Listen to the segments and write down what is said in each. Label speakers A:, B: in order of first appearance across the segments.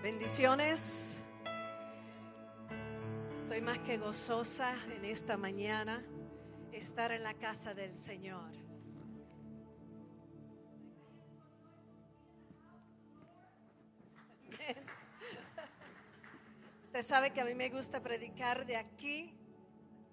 A: Bendiciones. Estoy más que gozosa en esta mañana estar en la casa del Señor. Amén. Usted sabe que a mí me gusta predicar de aquí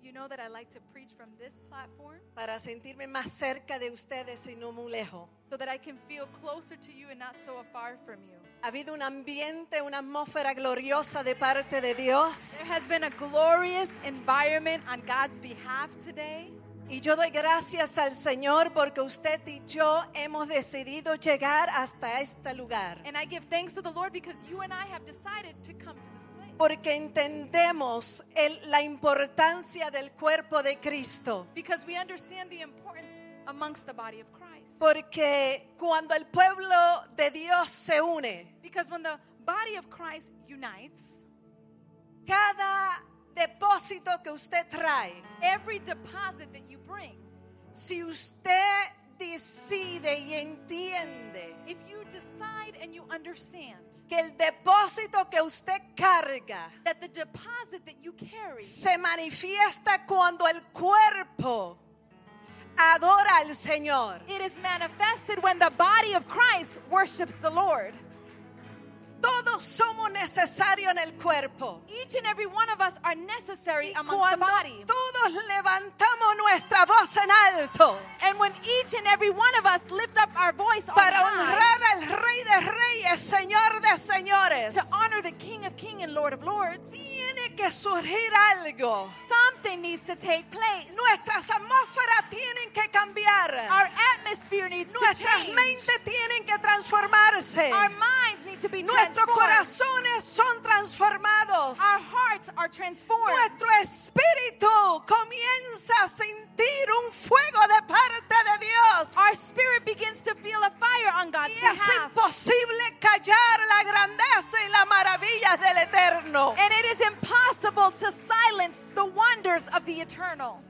B: You know that I like to preach from this platform
A: para sentirme más cerca de ustedes y no muy lejos.
B: so that I can feel closer to you and not so far from you.
A: Ha habido un ambiente, una atmósfera gloriosa de parte de Dios.
B: There has been a glorious environment on God's behalf today.
A: Y yo doy gracias al Señor porque usted y yo hemos decidido llegar hasta este lugar.
B: And I give thanks to the Lord because you and I have decided to come to this place.
A: Porque entendemos el- la importancia del cuerpo de Cristo.
B: Because we understand the importance amongst the body of Christ.
A: Porque cuando el pueblo de Dios se une,
B: Because when the body of Christ unites,
A: cada depósito que usted trae,
B: every deposit that you bring,
A: si usted decide y entiende
B: if you decide and you understand
A: que el depósito que usted carga
B: that the deposit that you carry
A: se manifiesta cuando el cuerpo adora al Señor.
B: It is manifested when the body of Christ worships the Lord.
A: Todos somos necesarios en el cuerpo.
B: Each and every one of us are necessary
A: Y
B: amongst the
A: cuando
B: body.
A: todos levantamos nuestra voz en alto
B: And when each and every one of us lift up our voice on
A: para
B: high
A: honrar al Rey de Reyes, Señor de Señores,
B: to honor the King of Kings and Lord of Lords,
A: tiene que surgir algo.
B: something needs to take place.
A: Nuestras atmósferas tienen que cambiar.
B: Our atmosphere needs to
A: Nuestras
B: change.
A: mentes tienen que transformarse.
B: Our minds need to be
A: Nuestros
B: transformed.
A: corazones son transformados.
B: Our hearts are transformed.
A: Nuestro espíritu comienza a sentir un fuego de parte de Dios.
B: Our spirit begins to feel a fire on God's
A: Y es
B: behalf.
A: imposible callar la grandeza y las maravillas del Eterno.
B: And it is impossible to silence the wonders of the eternal.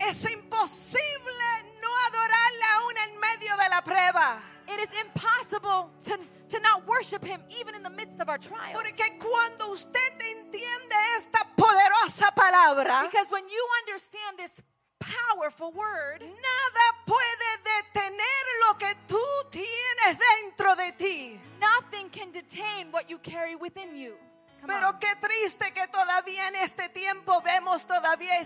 A: Es imposible no adorarle aún en medio de la prueba.
B: It is impossible to, to not worship him even in the midst of our trials.
A: Porque cuando usted entiende esta poderosa palabra,
B: Because when you understand this powerful word,
A: nada puede detener lo que tú tienes dentro de ti.
B: nothing can detain what you carry within you. Come on.
A: Pero qué triste que todavía en este tiempo vemos todavía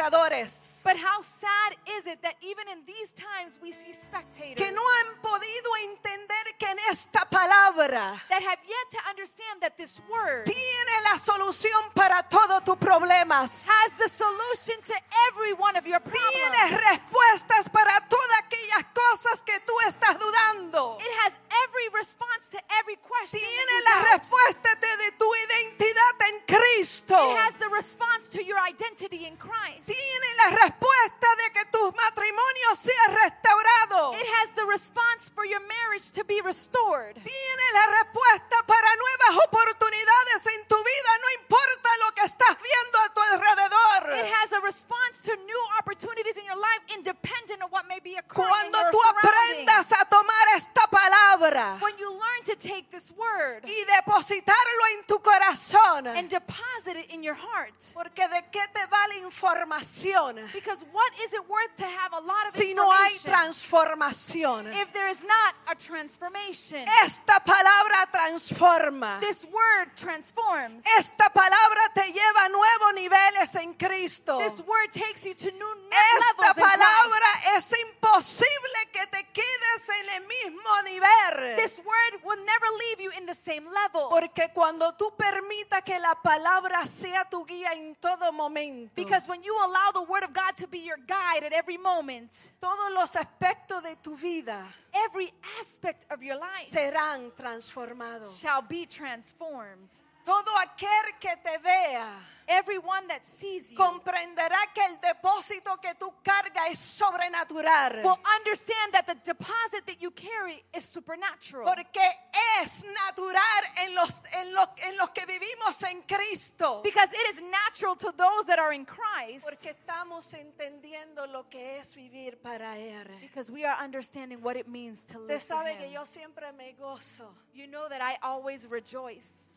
A: espectadores
B: But how sad is it that even in these times we see spectators
A: que no han podido entender que en esta palabra
B: that have yet to understand that this word
A: tiene la solución para todos tus problemas.
B: has the solution to every one of your problems.
A: Tienes respuestas para todas aquellas cosas que tú estás dudando.
B: It has every response to every question. that
A: Tiene
B: you
A: la
B: doubt.
A: respuesta de, de tu identidad en Cristo.
B: It has the response to your identity in Christ.
A: Tiene la respuesta de que tu matrimonio sea restaurado.
B: It has the response for your marriage to be restored.
A: Tiene la respuesta para nuevas oportunidades en tu vida, no importa lo que estás viendo a tu
B: It
A: alrededor.
B: has a response to new opportunities in your life independent of what may be occurring in
A: Cuando
B: your
A: tú
B: surroundings.
A: aprendas a tomar esta palabra
B: When you learn to take this word
A: y depositarlo en tu corazón,
B: and deposit it in your heart.
A: porque de qué te vale información
B: Because what is it worth to have a lot of
A: si no hay
B: information
A: transformación.
B: if there is not a transformation?
A: Esta palabra transforma.
B: This word transforms.
A: Esta palabra te lleva a nuevos niveles en Cristo.
B: This word takes you to new
A: Esta
B: levels in Christ.
A: palabra es imposible que te quedes en el mismo nivel.
B: This word will never leave you in the same level.
A: Porque cuando tú permitas que la palabra sea tu guía en todo momento,
B: Because when you allow the word of God to be your guide at every moment,
A: todos los aspectos de tu vida
B: every aspect of your life
A: serán transformados.
B: shall be transformed.
A: Todo aquel que te vea
B: Everyone that sees you
A: comprenderá que el depósito que tú cargas es sobrenatural.
B: will understand that the deposit that you carry is supernatural.
A: Porque es natural en los, en, los, en los que vivimos en Cristo.
B: Because it is natural to those that are in Christ.
A: Porque estamos entendiendo lo que es vivir para Él.
B: Because we are understanding what it means to
A: Usted
B: live. for
A: sabe que
B: Him.
A: yo siempre me gozo.
B: You know that I always rejoice.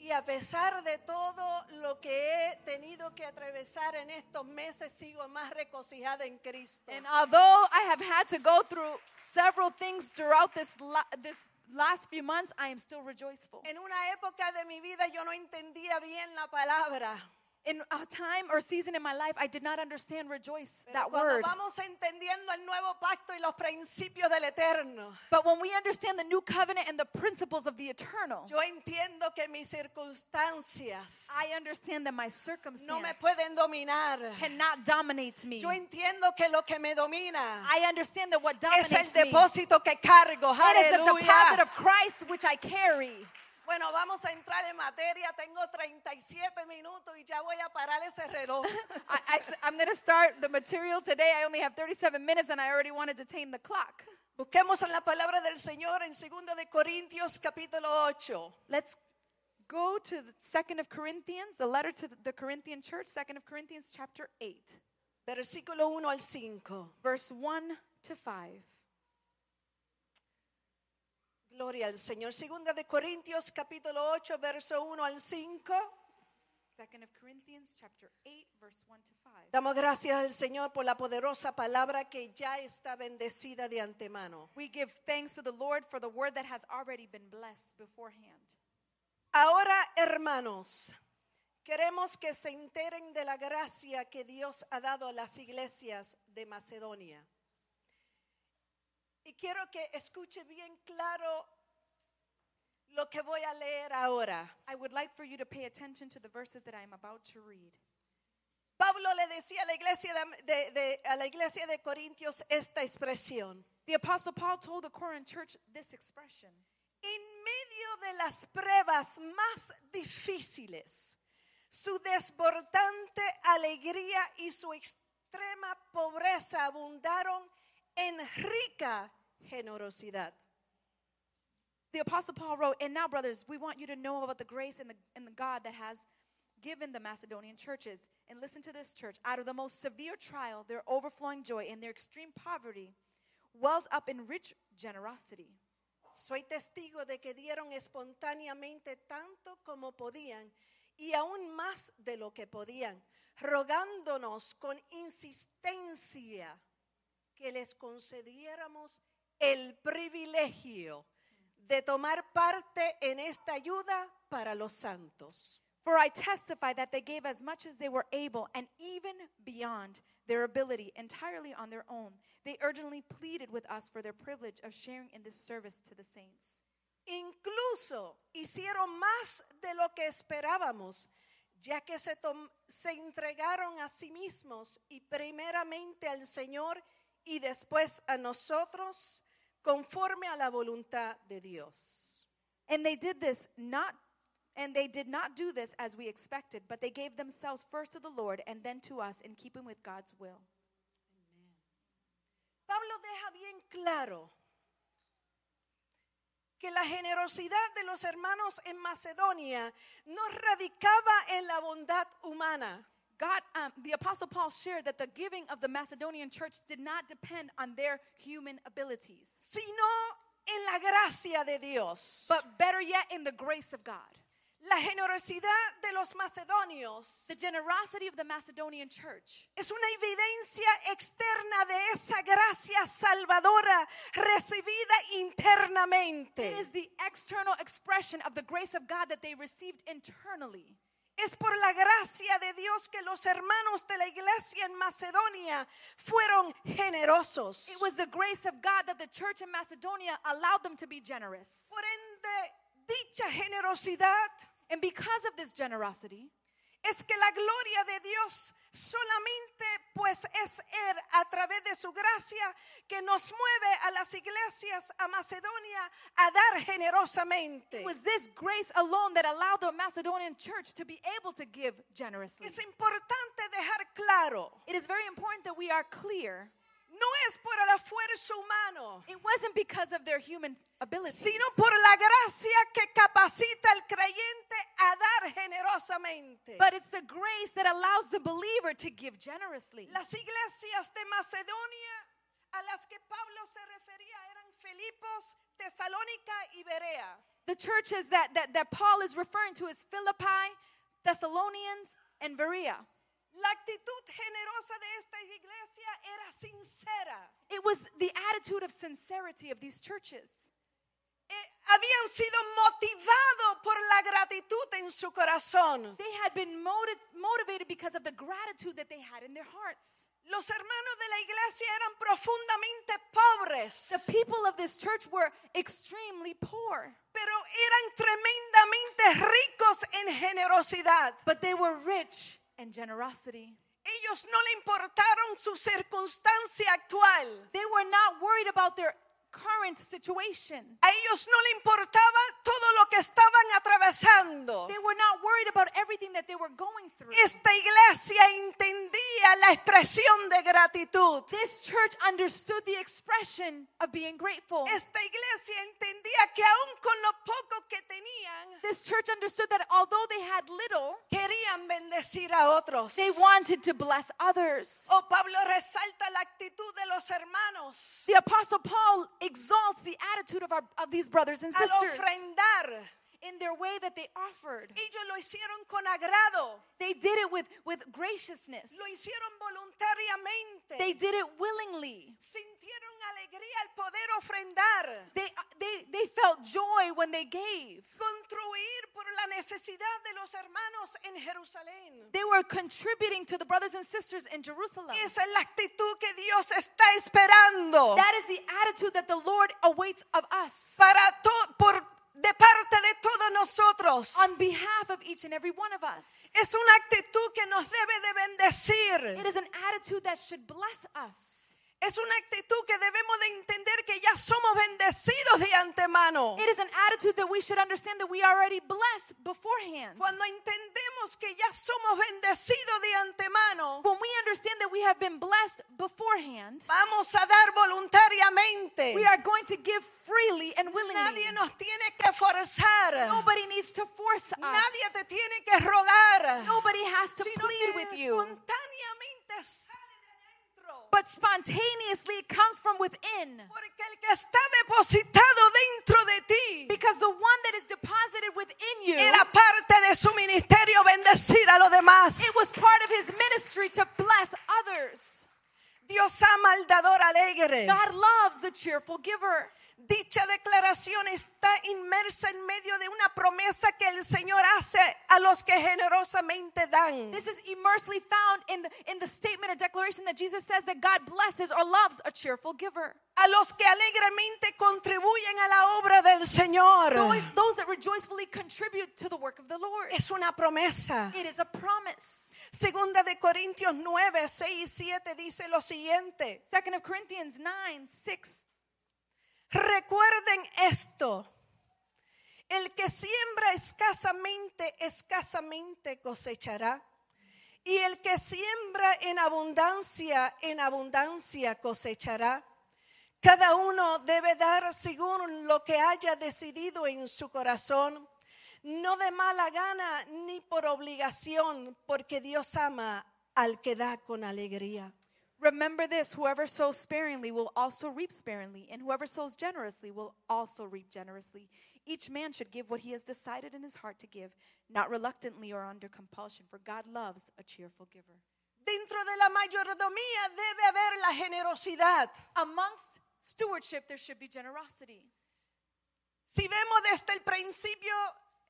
A: Y a pesar de todo lo que he tenido que atravesar en estos meses, sigo más reconciliada en Cristo.
B: And although I have had to go through several things throughout this la- this last few months, I am still rejoiceful.
A: En una época de mi vida yo no entendía bien la palabra.
B: In a time or season in my life, I did not understand rejoice
A: Pero
B: that
A: cuando
B: word.
A: vamos entendiendo el nuevo pacto y los principios del eterno,
B: But when we understand the new covenant and the principles of the eternal,
A: yo entiendo que mis circunstancias
B: I understand that my
A: no me
B: circumstance
A: pueden dominar.
B: cannot dominate me.
A: Yo entiendo que lo que me domina
B: I understand that what
A: es
B: dominates
A: el
B: me
A: depósito que cargo.
B: it is the deposit
A: Aleluya.
B: of Christ which I carry.
A: Bueno, vamos a entrar en materia. Tengo 37 minutos y ya voy a parar ese reloj.
B: I, am going to start the material today. I only have 37 minutes and I already want to detain the clock.
A: Busquemos en la palabra del Señor en 2 de Corintios capítulo 8.
B: Let's go to the second of Corinthians, the letter to the Corinthian church, second of Corinthians chapter 8,
A: Versículo 1 al 5.
B: verse 1 to 5.
A: Gloria al Señor. Segunda de Corintios capítulo 8, verso 1 al 5.
B: Second of Corinthians chapter 8, verse 1 to 5.
A: Damos gracias al Señor por la poderosa palabra que ya está bendecida de antemano.
B: We give thanks to the Lord for the word that has already been blessed beforehand.
A: Ahora, hermanos, queremos que se enteren de la gracia que Dios ha dado a las iglesias de Macedonia. Y quiero que escuche bien claro lo que voy a leer ahora.
B: I would like for you to pay attention to the verses that I am about to read.
A: Pablo le decía a la iglesia de, de- de- a la iglesia de Corintios esta expresión.
B: The Apostle Paul told the Corinth church this expression
A: En medio de las pruebas más difíciles, su desbordante alegría y su extrema pobreza abundaron en rica generosidad.
B: The Apostle Paul wrote, And now, brothers, we want you to know about the grace and the, and the God that has given the Macedonian churches. And listen to this, church. Out of the most severe trial, their overflowing joy and their extreme poverty welled up in rich generosity.
A: Soy testigo de que dieron espontáneamente tanto como podían y aún más de lo que podían, rogándonos con insistencia que les concediéramos el privilegio de tomar parte en esta ayuda para los santos.
B: For I testify that they gave as much as they were able and even beyond their ability, entirely on their own. They urgently pleaded with us for their privilege of sharing in this service to the saints.
A: Incluso hicieron más de lo que esperábamos, ya que se, tom- se entregaron a sí mismos y primeramente al Señor y después a nosotros conforme a la voluntad de Dios.
B: And they did this not and they did not do this as we expected, but they gave themselves first to the Lord and then to us in keeping with God's will.
A: Pablo deja bien claro que la generosidad de los hermanos en Macedonia no radicaba en la bondad humana.
B: God, um, the Apostle Paul shared that the giving of the Macedonian church did not depend on their human abilities,
A: sino en la gracia de Dios.
B: but better yet, in the grace of God.
A: la generosidad de los macedonios
B: The generosity of the Macedonian church
A: es una evidencia externa de esa gracia salvadora recibida internamente.
B: it is the external expression of the grace of God that they received internally.
A: Es por la gracia de Dios que los hermanos de la iglesia en Macedonia fueron generosos.
B: It was the grace of God that the church in Macedonia allowed them to be generous.
A: por ende, dicha generosidad
B: And because of this generosity,
A: es que la gloria de Dios solamente pues es Él a través de su gracia que nos mueve a las iglesias a Macedonia a dar generosamente.
B: It was this grace alone that allowed the Macedonian church to be able to give generously.
A: Es importante dejar claro,
B: It is very important that we are clear.
A: no es por el esfuerzo humano,
B: It wasn't because of their human ability,
A: sino por la gracia que capacita al creyente a dar generosamente.
B: but it's the grace that allows the believer to give generously.
A: Las iglesias de Macedonia a las que Pablo se refería eran Filipos, Tesalónica y Berea.
B: The churches that, that, that Paul is referring to is Philippi, Thessalonians, and Berea.
A: La actitud generosa de esta iglesia era sincera.
B: It was the attitude of sincerity of these churches.
A: Eh, habían sido motivados por la gratitud en su corazón.
B: They had been motiv- motivated because of the gratitude that they had in their hearts.
A: Los hermanos de la iglesia eran profundamente pobres,
B: The people of this church were extremely poor,
A: pero eran tremendamente ricos en generosidad.
B: but they were rich in generosity.
A: Ellos no le importaron su circunstancia actual.
B: They were not worried about their current situation.
A: A ellos no le importaba todo lo que estaban atravesando.
B: They were not worried about everything that they were going through.
A: Esta iglesia entendía la expresión de gratitud.
B: This church understood the expression of being grateful.
A: Esta iglesia entendía que aún con lo poco que tenían,
B: This church understood that although they had little,
A: querían bendecir a otros.
B: they wanted to bless others.
A: Oh, Pablo resalta la actitud de los hermanos
B: The Apostle Paul exalts the attitude of, our, of these brothers and
A: al
B: sisters
A: ofrendar.
B: in their way that they offered.
A: Ellos lo hicieron con agrado,
B: They did it with, with graciousness,
A: lo hicieron voluntariamente.
B: they did it willingly.
A: Sintieron alegría al poder ofrendar.
B: They, uh, they, they felt joy when they gave.
A: contribuir por la necesidad de los hermanos en Jerusalén.
B: They were contributing to the brothers and sisters in Jerusalem.
A: Esa es la actitud que Dios está esperando
B: That is the attitude that the Lord awaits of us
A: para to- por de parte de todos nosotros.
B: on behalf of each and every one of us.
A: Es una actitud que nos debe de
B: It
A: bendecir.
B: is an attitude that should bless us.
A: Es una actitud que debemos de entender que ya somos bendecidos de antemano.
B: It is an attitude that we should understand that we are already blessed beforehand.
A: Cuando entendemos que ya somos bendecidos de antemano,
B: When we understand that we have been blessed beforehand,
A: vamos a dar voluntariamente.
B: we are going to give freely and willingly.
A: Nadie nos tiene que forzar.
B: Nobody needs to force
A: Nadie
B: us.
A: te tiene que rogar,
B: Nobody has to
A: sino
B: plead
A: que
B: with you.
A: espontáneamente sale de dentro.
B: But spontaneously it comes from within.
A: Porque el que está depositado dentro de ti
B: Because the one that is deposited within you,
A: era parte de su ministerio bendecir a los demás.
B: it was part of his ministry to bless others.
A: Dios ama al dador alegre.
B: God loves the cheerful giver.
A: Dicha declaración está inmersa en medio de una promesa que el Señor hace a los que generosamente dan.
B: This is immersely found in the, in the statement or declaration that Jesus says that God blesses or loves a cheerful giver.
A: A los que alegremente contribuyen a la obra del Señor.
B: Those, those that rejoicefully contribute to the work of the Lord.
A: Es una promesa.
B: It is a promise.
A: Segunda de Corintios 9, 6 y 7 dice lo siguiente.
B: Second of Corinthians 9, 6.
A: Recuerden esto. El que siembra escasamente, escasamente cosechará. Y el que siembra en abundancia, en abundancia cosechará. Cada uno debe dar según lo que haya decidido en su corazón, no de mala gana ni por obligación, porque Dios ama al que da con alegría.
B: Remember this whoever sows sparingly will also reap sparingly, and whoever sows generously will also reap generously. Each man should give what he has decided in his heart to give, not reluctantly or under compulsion, for God loves a cheerful giver.
A: Dentro de la mayordomía debe haber la generosidad.
B: Amongst stewardship, there should be generosity.
A: Si vemos desde el principio,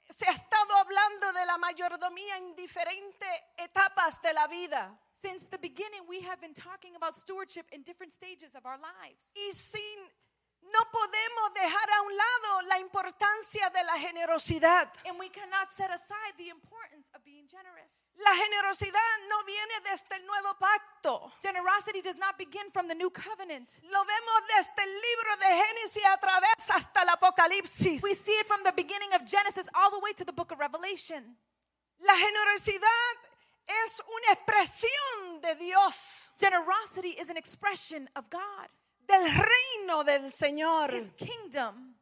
A: se ha estado hablando de la mayordomía en diferentes etapas de la vida.
B: Since the beginning, we have been talking about stewardship in different stages of our lives.
A: Y sin, no podemos dejar a un lado la importancia de la generosidad.
B: And we cannot set aside the importance of being generous.
A: La generosidad no viene desde el nuevo pacto.
B: Generosity does not begin from the new covenant.
A: Lo vemos desde el libro de Génesis a través hasta el Apocalipsis.
B: We see it from the beginning of Genesis all the way to the book of Revelation.
A: La generosidad es una expresión de Dios,
B: Generosity is an expression of God,
A: del reino del Señor.
B: His kingdom.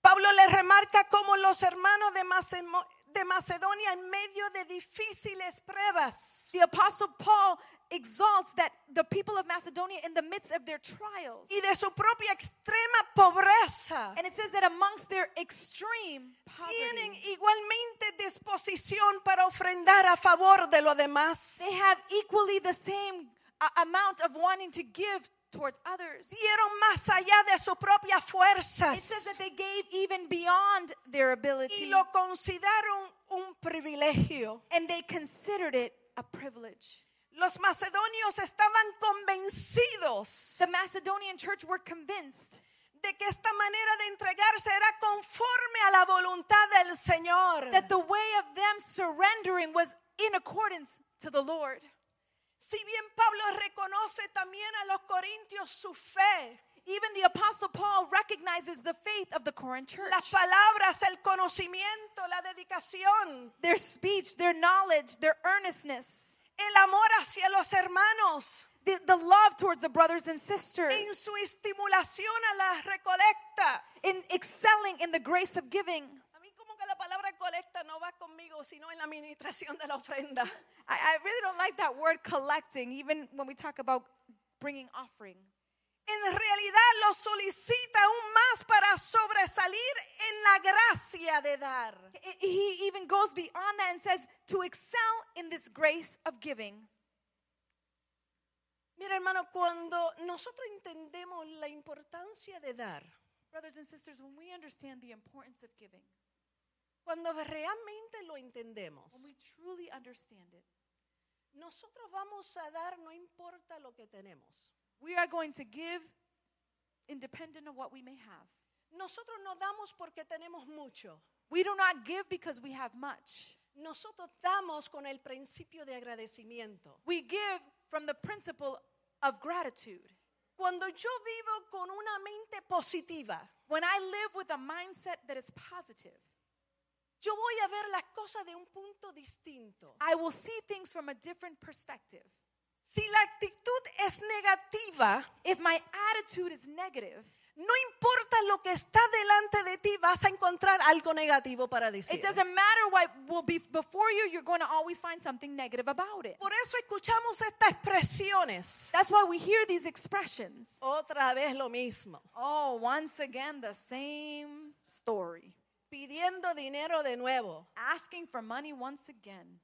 A: Pablo le remarca cómo los hermanos de, Macemo- de Macedonia en medio de difíciles pruebas
B: The apostle Paul exalts that the people of Macedonia in the midst of their trials.
A: y de su propia extrema pobreza
B: And it says that amongst their extreme
A: tienen
B: poverty,
A: igualmente disposición para ofrendar a favor de los demás.
B: they have equally the same uh, amount of wanting to give towards others.
A: Dieron más allá de sus propias
B: It says
A: fuerzas
B: that they gave even beyond their
A: y
B: ability,
A: lo consideraron un privilegio.
B: and they considered it a privilege.
A: Los macedonios estaban convencidos
B: The Macedonian church were convinced
A: de que esta manera de entregarse era conforme a la voluntad del Señor.
B: that the way of them surrendering was in accordance to the Lord.
A: Si bien Pablo reconoce también a los corintios su fe,
B: Even the apostle Paul recognizes the faith of the Corinth
A: las
B: church.
A: palabras, el conocimiento, la dedicación,
B: Their speech, their knowledge, their earnestness,
A: el amor hacia los hermanos,
B: the, the love towards the brothers and sisters,
A: en su estimulación a la recolecta.
B: in excelling in the grace of giving.
A: A mí como que la palabra colecta no va conmigo, sino en la administración de la ofrenda.
B: I, I really don't like that word collecting, even when we talk about bringing offering.
A: En realidad lo solicita aún más para sobresalir en la gracia de dar.
B: I- He even goes beyond that and says to excel in this grace of giving.
A: Mira hermano, cuando nosotros entendemos la importancia de dar,
B: Brothers and sisters, when we understand the importance of giving,
A: cuando realmente lo entendemos,
B: when we truly understand it,
A: nosotros vamos a dar no importa lo que tenemos.
B: we are going to give independent of what we may have.
A: Nosotros no damos porque tenemos mucho.
B: We do not give because we have much.
A: Nosotros damos con el principio de agradecimiento.
B: We give from the principle of gratitude.
A: Cuando yo vivo con una mente positiva,
B: When I live with a mindset that is positive,
A: yo voy a ver las cosas de un punto distinto.
B: I will see things from a different perspective.
A: Si la actitud es negativa,
B: If my attitude is negative,
A: no importa lo que está delante de ti, vas a encontrar algo negativo para decir.
B: it doesn't matter what will be before you, you're going to always find something negative about it.
A: Por eso escuchamos estas expresiones.
B: That's why we hear these expressions.
A: Otra vez lo mismo.
B: Oh, once again, the same story.
A: Pidiendo dinero de nuevo.
B: Asking for money once again.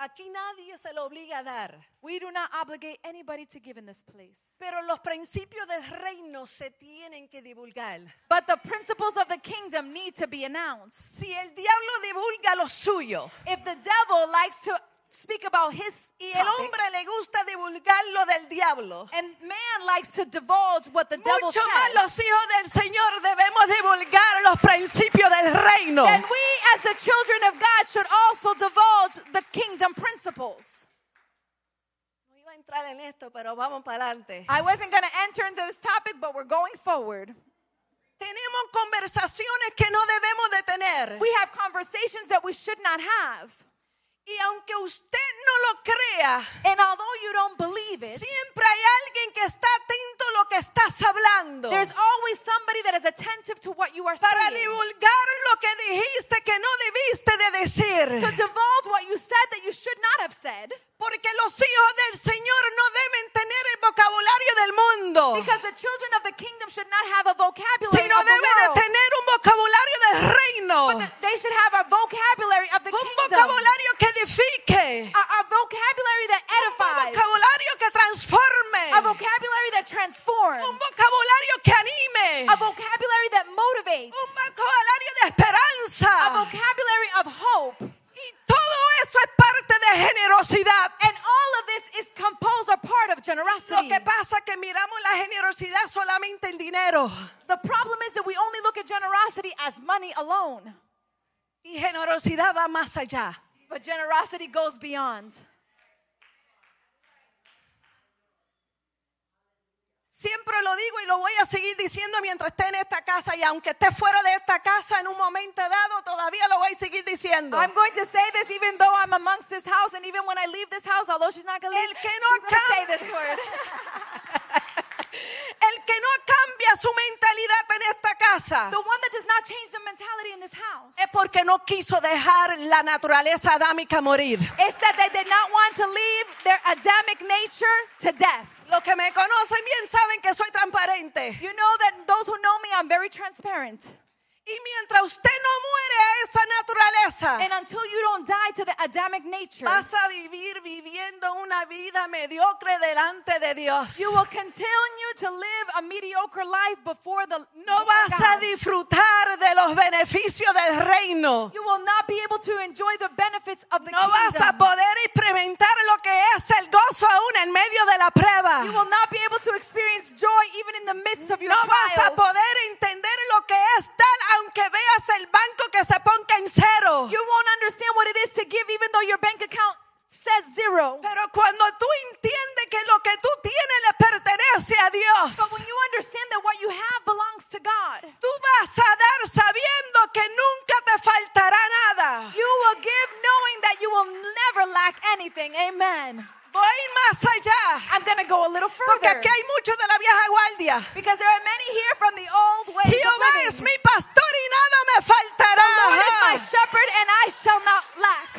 A: Aquí nadie se lo obliga a dar.
B: We do not obligate anybody to give in this place.
A: Pero los principios del reino se tienen que divulgar.
B: But the principles of the kingdom need to be announced.
A: Si el diablo divulga lo suyo
B: If the devil likes to speak about his
A: y el
B: topics,
A: hombre le gusta divulgar lo del diablo,
B: and man likes to divulge what the devil
A: Mucho más
B: says,
A: los hijos del Señor debemos divulgar los principios del reino.
B: then we as the children of God should also divulge the kingdom principles.
A: No iba a entrar en esto, pero vamos para adelante.
B: I wasn't going to enter into this topic, but we're going forward.
A: Tenemos conversaciones que no debemos de tener.
B: We have conversations that we should not have.
A: Y aunque usted no lo crea,
B: And although you don't believe it,
A: siempre hay alguien que está atento a lo que estás hablando.
B: there's always somebody that is attentive to what you are
A: Para
B: saying.
A: divulgar lo que dijiste que no debiste de
B: to
A: decir.
B: divulge what you said that you should not have said.
A: Porque los hijos del Señor no deben tener el vocabulario del mundo.
B: Because the children of the kingdom should not have a vocabulary
A: sino
B: of the
A: debe de
B: world.
A: tener un vocabulario del reino,
B: But that they should have a vocabulary of the
A: un
B: kingdom.
A: vocabulario que edifique,
B: A, a vocabulary that
A: un
B: edifies.
A: vocabulario que transforme,
B: A vocabulary that transforms.
A: un vocabulario que anime,
B: A vocabulary that motivates.
A: un vocabulario de
B: A
A: esperanza.
B: vocabulary of hope.
A: Y todo eso es parte de generosidad.
B: And all of this is composed or part of
A: Lo
B: generosity.
A: que pasa es que miramos la generosidad solamente en dinero.
B: The problem is that we only look at generosity as money alone.
A: Y generosidad va más allá.
B: But generosity goes beyond.
A: Siempre lo digo y lo voy a seguir diciendo mientras esté en esta casa y aunque esté fuera de esta casa en un momento dado, todavía lo voy a seguir diciendo.
B: I'm going to say this even though I'm amongst this house, and even when I leave this house, although she's not going to
A: El
B: leave,
A: que no
B: she's going to say
A: cambie.
B: this word.
A: El que no cambia su mentalidad en esta casa
B: the one that does not change the mentality in this house
A: es porque no quiso dejar la naturaleza adámica morir.
B: is that they did not want to leave their Adamic nature to death.
A: Los que me conocen bien saben que soy transparente.
B: You know that those who know me, I'm very transparent.
A: Y mientras usted no muere a esa naturaleza,
B: And until you don't die to the Adamic nature,
A: vas a vivir viviendo una vida mediocre delante de Dios.
B: you will continue to live a mediocre life before the
A: No vas a
B: God.
A: disfrutar de los beneficios del reino.
B: You will not be able to enjoy the benefits of the
A: No vas
B: kingdom.
A: a poder experimentar lo que es el gozo aún en medio de la prueba.
B: You will not be able to experience joy even in the midst of your
A: No vas a
B: trials.
A: poder entender lo que es tal aunque veas el banco que se ponga en cero.
B: You won't understand what it is to give even though your bank account says zero.
A: Pero cuando tú entiendes que lo que tú tienes le pertenece a
B: But
A: Dios,
B: when you understand that what you have belongs to God,
A: tú vas a dar sabiendo que nunca te faltará nada.
B: you will give knowing that you will never lack anything. Amen.
A: Voy más allá,
B: I'm going to go a little
A: porque
B: further
A: aquí hay muchos de la vieja guardia.
B: because there are many here from the old ways of
A: Jehová es
B: living.
A: mi pastor y nada me
B: Lord is my
A: faltará.
B: shepherd and I shall not lack.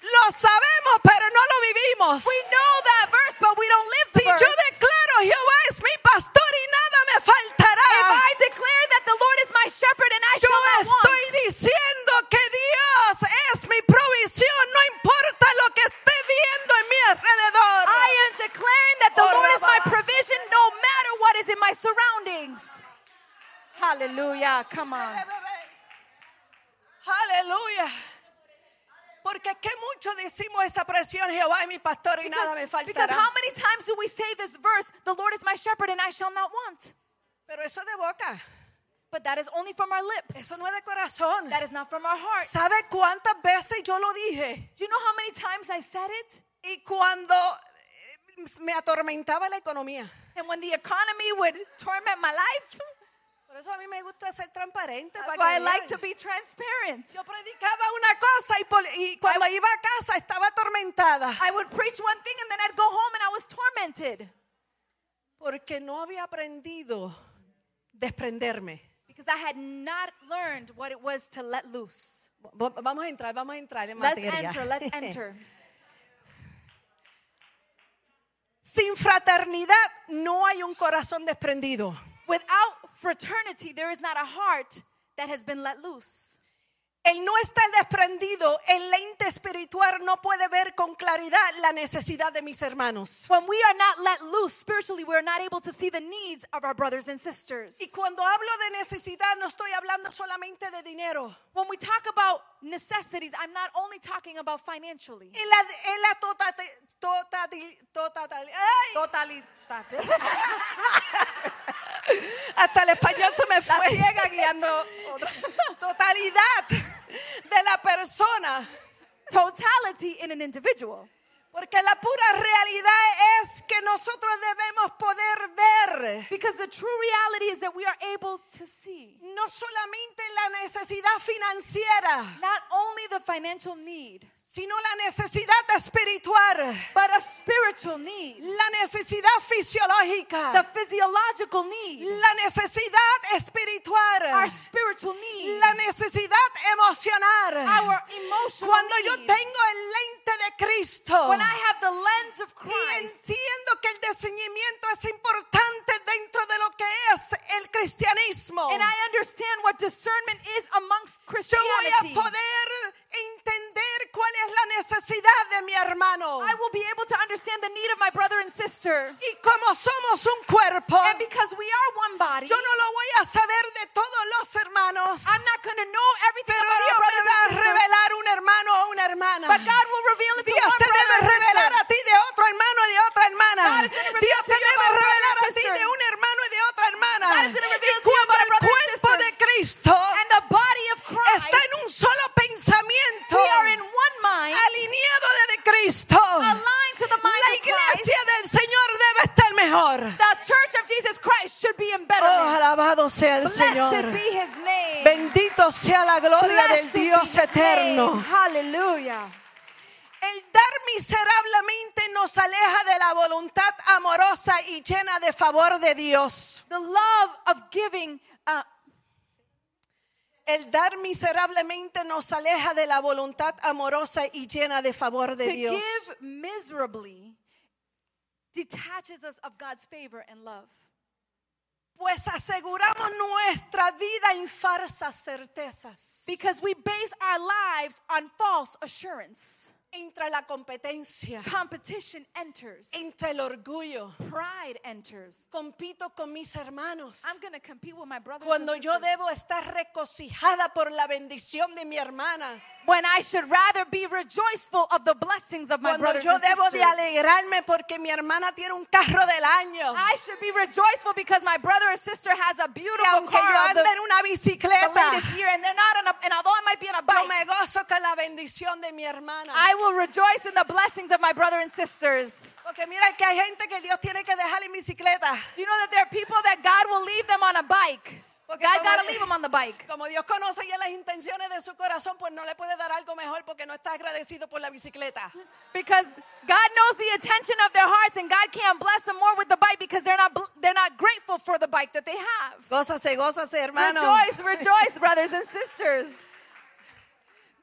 A: Lo sabemos, pero no lo vivimos.
B: We know that verse, but we don't live
A: Si
B: the
A: yo
B: verse.
A: declaro Jehová es mi pastor y nada me
B: If
A: faltará,
B: I declare that the Lord is my shepherd and I
A: yo
B: shall not want,
A: estoy diciendo que Dios es mi provisión, no importa lo que esté viendo en mi alrededor.
B: I am declaring that the
A: Oh,
B: Lord is my
A: Rabba.
B: provision no matter what is in my surroundings. Hallelujah. Come on.
A: Aleluya. Porque es que muchos decimos esa presión, Jehová es mi pastor y nada me
B: Because, because
A: faltará.
B: how many times do we say this verse, the Lord is my shepherd and I shall not want?
A: Pero eso es de boca,
B: But that is only from our lips.
A: eso no es de corazón.
B: That is not from our hearts.
A: ¿Sabe cuántas veces yo lo dije?
B: Do you know how many times I said it?
A: Y cuando eh, me atormentaba la economía.
B: And when the economy would torment my life,
A: Por eso a mí me gusta ser transparente.
B: that's
A: para
B: why I
A: que
B: like to
A: vean.
B: be transparent.
A: Yo predicaba una cosa y, por- y cuando iba a casa estaba atormentada.
B: I would preach one thing and then I'd go home and I was tormented
A: Porque no había aprendido desprenderme.
B: because I had not learned what it was to let loose.
A: Va- Vamos a entrar, vamos a entrar en
B: Let's
A: materia.
B: enter, let's enter.
A: Sin fraternidad no hay un corazón desprendido.
B: Without fraternity, there is not a heart that has been let loose.
A: El no estar desprendido, el lente espiritual no puede ver con claridad la necesidad de mis hermanos.
B: When we are not let loose spiritually, we are not able to see the needs of our brothers and sisters.
A: Y cuando hablo de necesidad no estoy hablando solamente de dinero.
B: When we talk about necessities, I'm not only talking about financially.
A: En la, en la tota, totate- totati- totatali- tota, ¡ay!
B: Totally.
A: hasta el español se me fue. Totalidad de la persona.
B: Totality in an individual.
A: Porque la pura realidad es que nosotros debemos poder ver
B: Because the true reality is that we are able to see
A: no solamente la necesidad financiera,
B: not only the financial need,
A: sino la necesidad espiritual,
B: but a spiritual need,
A: la necesidad fisiológica.
B: the physiological need.
A: la necesidad espiritual,
B: our spiritual need,
A: la necesidad emocional.
B: our emotional
A: Cuando yo
B: need.
A: tengo el lente de Cristo
B: when I have the lens of
A: y
B: Christ,
A: entiendo que el discernimiento es importante dentro de lo que es el cristianismo,
B: and I understand what discernment is amongst
A: yo voy
B: Christianity,
A: a poder entender cuál es la necesidad de mi hermano.
B: I will be able to understand the need of my brother and sister.
A: Y como somos un cuerpo,
B: And because we are one body,
A: yo no lo voy a saber de todos los hermanos,
B: I'm not going to know everything
A: pero
B: about
A: Dios
B: our
A: me va a
B: brothers and sisters.
A: revelar un hermano o una hermana.
B: But God will reveal it to
A: Dios
B: one
A: te
B: brother
A: debe
B: and sister.
A: revelar a ti de otro hermano y de otra hermana.
B: God is gonna reveal
A: Dios
B: to
A: te
B: you
A: debe
B: about brother
A: revelar
B: and
A: a ti
B: sister.
A: de un hermano y de otra hermana.
B: God is gonna reveal
A: Y
B: to you
A: cuando
B: about
A: el
B: brother and
A: cuerpo
B: sister.
A: de Cristo
B: And the body of Christ,
A: está en un solo pensamiento,
B: we are in one mind.
A: al Oh, sea el Señor.
B: Blessed be his name.
A: Bendito sea la gloria del
B: Blessed be
A: Dios
B: his name.
A: eterno.
B: Hallelujah.
A: El dar miserablemente nos aleja de la voluntad amorosa y llena de favor de Dios.
B: The love of giving uh,
A: El dar miserablemente nos aleja de la voluntad amorosa y llena de favor de
B: to
A: Dios.
B: give miserably detaches us of God's favor and love.
A: Pues aseguramos nuestra vida en falsas certezas.
B: Because we base our lives on false assurance.
A: Entra la competencia,
B: Competition enters.
A: entra el orgullo.
B: Pride enters.
A: Compito con mis hermanos.
B: I'm going to compete with my brothers and
A: Cuando yo
B: sisters.
A: debo estar regocijada por la bendición de mi hermana.
B: when I should rather be rejoiceful of the blessings of my
A: Cuando
B: brothers
A: yo
B: and
A: debo de
B: sisters.
A: alegrarme porque mi hermana tiene un carro del año.
B: I should be rejoiceful because my brother or sister has a
A: Y
B: beautiful
A: aunque yo
B: car of the,
A: ande en una
B: the
A: bicicleta,
B: latest year, and they're not on a, and although I might be on a
A: yo
B: bike,
A: me gozo con la bendición de mi hermana.
B: I will rejoice in the blessings of my brother and sisters.
A: Porque mira que hay gente que Dios tiene que dejar en bicicleta.
B: You know that there are people that God will leave them on a bike.
A: Porque
B: God
A: como-
B: got to leave them on the bike.
A: Como Dios conoce ya las intenciones de su corazón, pues no le puede dar algo mejor porque no está agradecido por la bicicleta.
B: Because God knows the intention of their hearts, and God can't bless them more with the bike because they're not bl- they're not grateful for the bike that they have.
A: Gózase, gózase, hermano.
B: Rejoice, rejoice, brothers and sisters.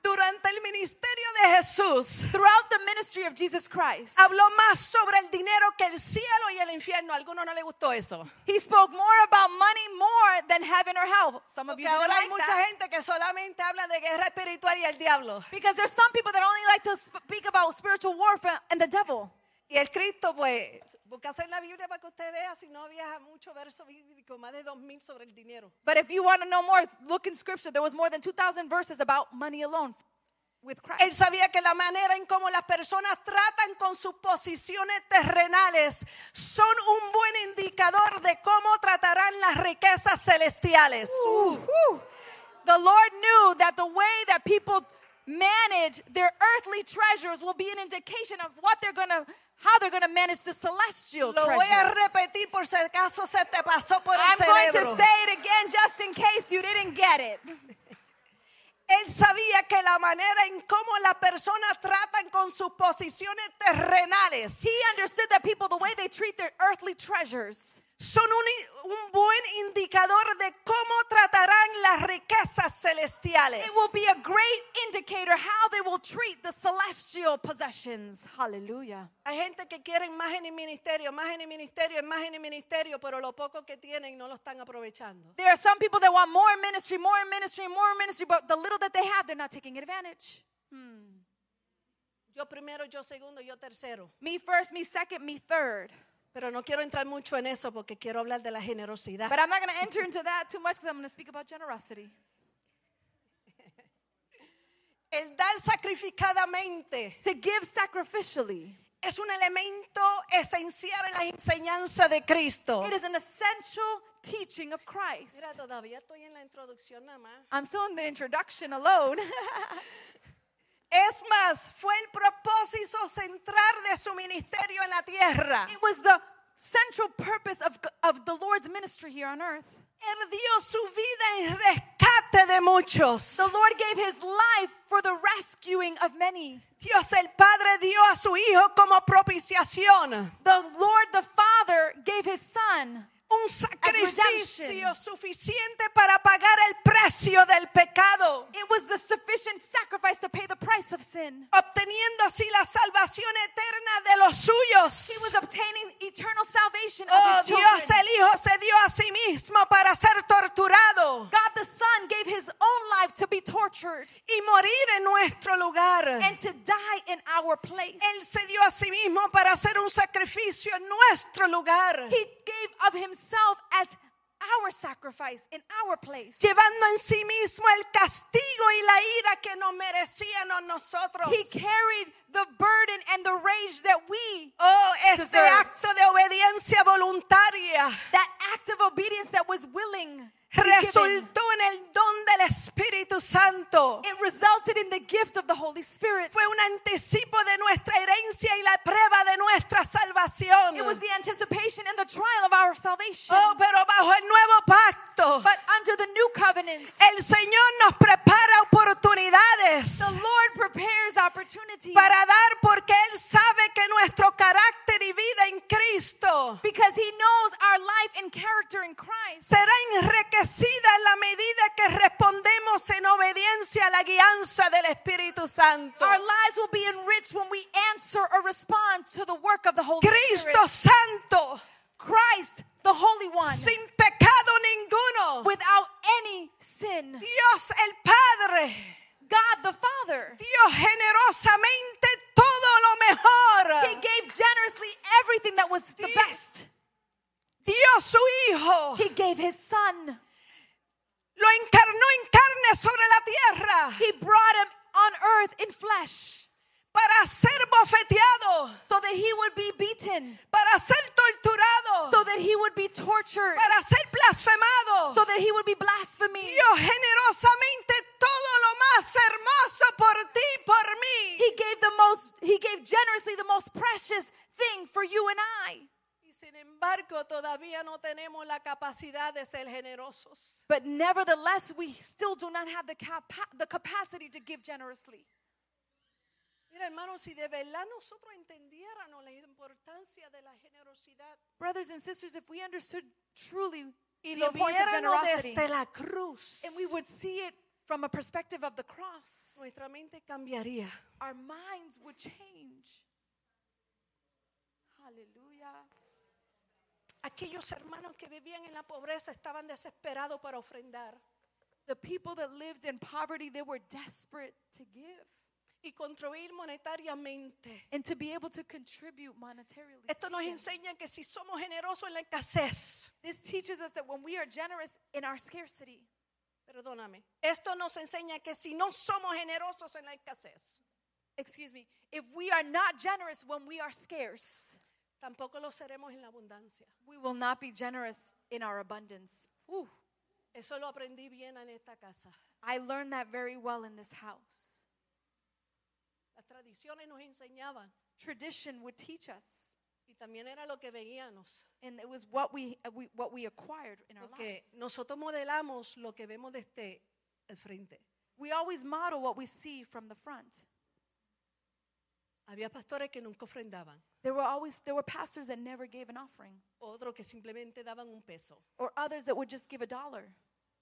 A: Durante el ministerio de Jesús,
B: Throughout the ministry of Jesus Christ,
A: habló más sobre el dinero que el cielo y el infierno. A algunos no les gustó eso.
B: he spoke more about money more than heaven or hell. Some of you
A: Porque
B: didn't
A: ahora hay
B: like
A: mucha
B: that.
A: gente que solamente habla de guerra espiritual y el diablo.
B: Because there's some people that only like to speak about spiritual warfare and the devil.
A: Y el Cristo, pues, buscase en la Biblia para que usted vea, si no viaja mucho verso bíblico, más de dos mil sobre el dinero.
B: But if you want to know more, look in scripture. There was more than 2,000 verses about money alone with Christ.
A: Él sabía que la manera en cómo las personas tratan con sus posiciones terrenales son un buen indicador de cómo tratarán las riquezas celestiales.
B: Ooh, whew. The Lord knew that the way that people manage their earthly treasures will be an indication of what they're going to, how they're going to manage the celestial
A: Lo voy a
B: treasures.
A: repetir por si acaso se te pasó por el
B: I'm going to
A: cerebro.
B: say it again just in case you didn't get it.
A: Él sabía que la manera en cómo las personas tratan con sus posiciones terrenales
B: He understood that people, the way they treat their earthly treasures,
A: son un, un buen indicador de cómo tratarán las riquezas celestiales.
B: it will be a great indicator how they will treat the celestial possessions. Hallelujah.
A: Hay gente que quieren más en el ministerio, más en el ministerio, más en el ministerio, pero lo poco que tienen no lo están aprovechando.
B: There are some people that want more in ministry, more in ministry, more in ministry, but the little that they have, they're not taking advantage.
A: Yo primero, yo segundo, yo tercero.
B: Me first, me second, me third.
A: Pero no quiero entrar mucho en eso porque quiero hablar de la generosidad.
B: But I'm not going to enter into that too much because I'm going to speak about generosity.
A: El dar sacrificadamente
B: To give sacrificially,
A: es un elemento esencial en la enseñanza de Cristo.
B: it is an essential teaching of Christ.
A: Mira, todavía estoy en la introducción nada más.
B: I'm still in the introduction alone.
A: Es más, fue el propósito central de su ministerio en la tierra.
B: it was the central purpose of, of the Lord's ministry here on earth.
A: Él dio su vida en rescate de muchos.
B: The Lord gave his life for the rescuing of many.
A: Dios el Padre dio a su Hijo como propiciación.
B: The Lord the Father gave his Son.
A: Un
B: redemption.
A: sacrificio suficiente para pagar el precio del pecado.
B: It was the sufficient sacrifice to pay the price of sin.
A: Obteniendo así la salvación eterna de los
B: He
A: suyos.
B: was obtaining eternal salvation of
A: Oh
B: his children.
A: Dios, el Hijo se dio a sí mismo para ser torturado
B: God the Son gave his own life to be tortured
A: y morir en nuestro lugar.
B: and to die in our place.
A: Él se dio a sí mismo para hacer un sacrificio en nuestro lugar,
B: He gave of himself as our sacrifice in our place.
A: llevando en sí mismo el castigo y la ira que nos merecíamos nosotros.
B: He carried the burden and the rage that we,
A: Oh, este
B: deserved.
A: acto de obediencia voluntaria
B: that act of obedience that was willing, to be given,
A: resultó en el don del Espíritu Santo.
B: it resulted in the gift of the Holy Spirit.
A: Fue un anticipo de nuestra herencia y la prueba de nuestra salvación.
B: It was the anticipation and the trial of our salvation.
A: Oh, pero bajo el nuevo pacto,
B: But under the new covenant,
A: el Señor nos prepara oportunidades
B: the Lord prepares opportunity
A: para dar porque Él sabe que nuestro carácter y vida en Cristo
B: because He knows our life and character in Christ
A: será enriquecida en la medida que respondemos en obediencia a la guianza del Espíritu Santo.
B: Our lives will be enriched when we answer or respond to the work of the Holy Spirit.
A: Cristo Santo,
B: Christ, the Holy One,
A: sin pecado ninguno.
B: without any sin.
A: Dios el Padre,
B: God the Father,
A: Dios generosamente todo lo mejor.
B: He gave generously everything that was the
A: Di-
B: best.
A: Dios su Hijo
B: He gave His Son.
A: lo encarnó en carne sobre la tierra
B: He brought Him on earth in flesh
A: para ser bofeteado,
B: so that He would be beaten,
A: para ser torturado,
B: so that He would be tortured,
A: para ser blasfemado.
B: so that He would be blasphemed.
A: Dios generosamente todo lo más hermoso por ti y por mí.
B: He gave the most, He gave generously the most precious thing for you and I.
A: Y sin embargo, todavía no tenemos la capacidad de ser generosos.
B: But nevertheless, we still do not have the, capa- the capacity to give generously.
A: Mira, hermanos, si de verdad nosotros entendiéramos la importancia de la generosidad
B: Brothers and sisters, if we understood truly
A: y
B: the
A: lo
B: importance of
A: viéramos
B: generosity,
A: desde la cruz,
B: and we would see it from a perspective of the cross,
A: nuestra mente cambiaría.
B: our minds would change. Hallelujah.
A: Aquellos hermanos que vivían en la pobreza estaban desesperados para ofrendar
B: The people that lived in poverty, they were desperate to give
A: y contribuir monetariamente.
B: and to be able to contribute monetarily.
A: Esto nos
B: speaking.
A: enseña que si somos generosos en la escasez,
B: This teaches us that when we are generous in our scarcity,
A: perdóname, esto nos enseña que si no somos generosos en la escasez,
B: excuse me, if we are not generous when we are scarce,
A: tampoco lo seremos en la abundancia.
B: we will not be generous in our abundance. Ooh,
A: Eso lo aprendí bien en esta casa.
B: I learned that very well in this house.
A: Las tradiciones nos enseñaban
B: Tradition would teach us,
A: y también era lo que veíamos.
B: and it was what we, uh, we what we acquired in our lives.
A: Porque nosotros modelamos lo que vemos desde el frente.
B: We always model what we see from the front.
A: Había pastores que nunca ofrendaban,
B: There were always there were pastors that never gave an offering,
A: otros que simplemente daban un peso.
B: or others that would just give a dollar.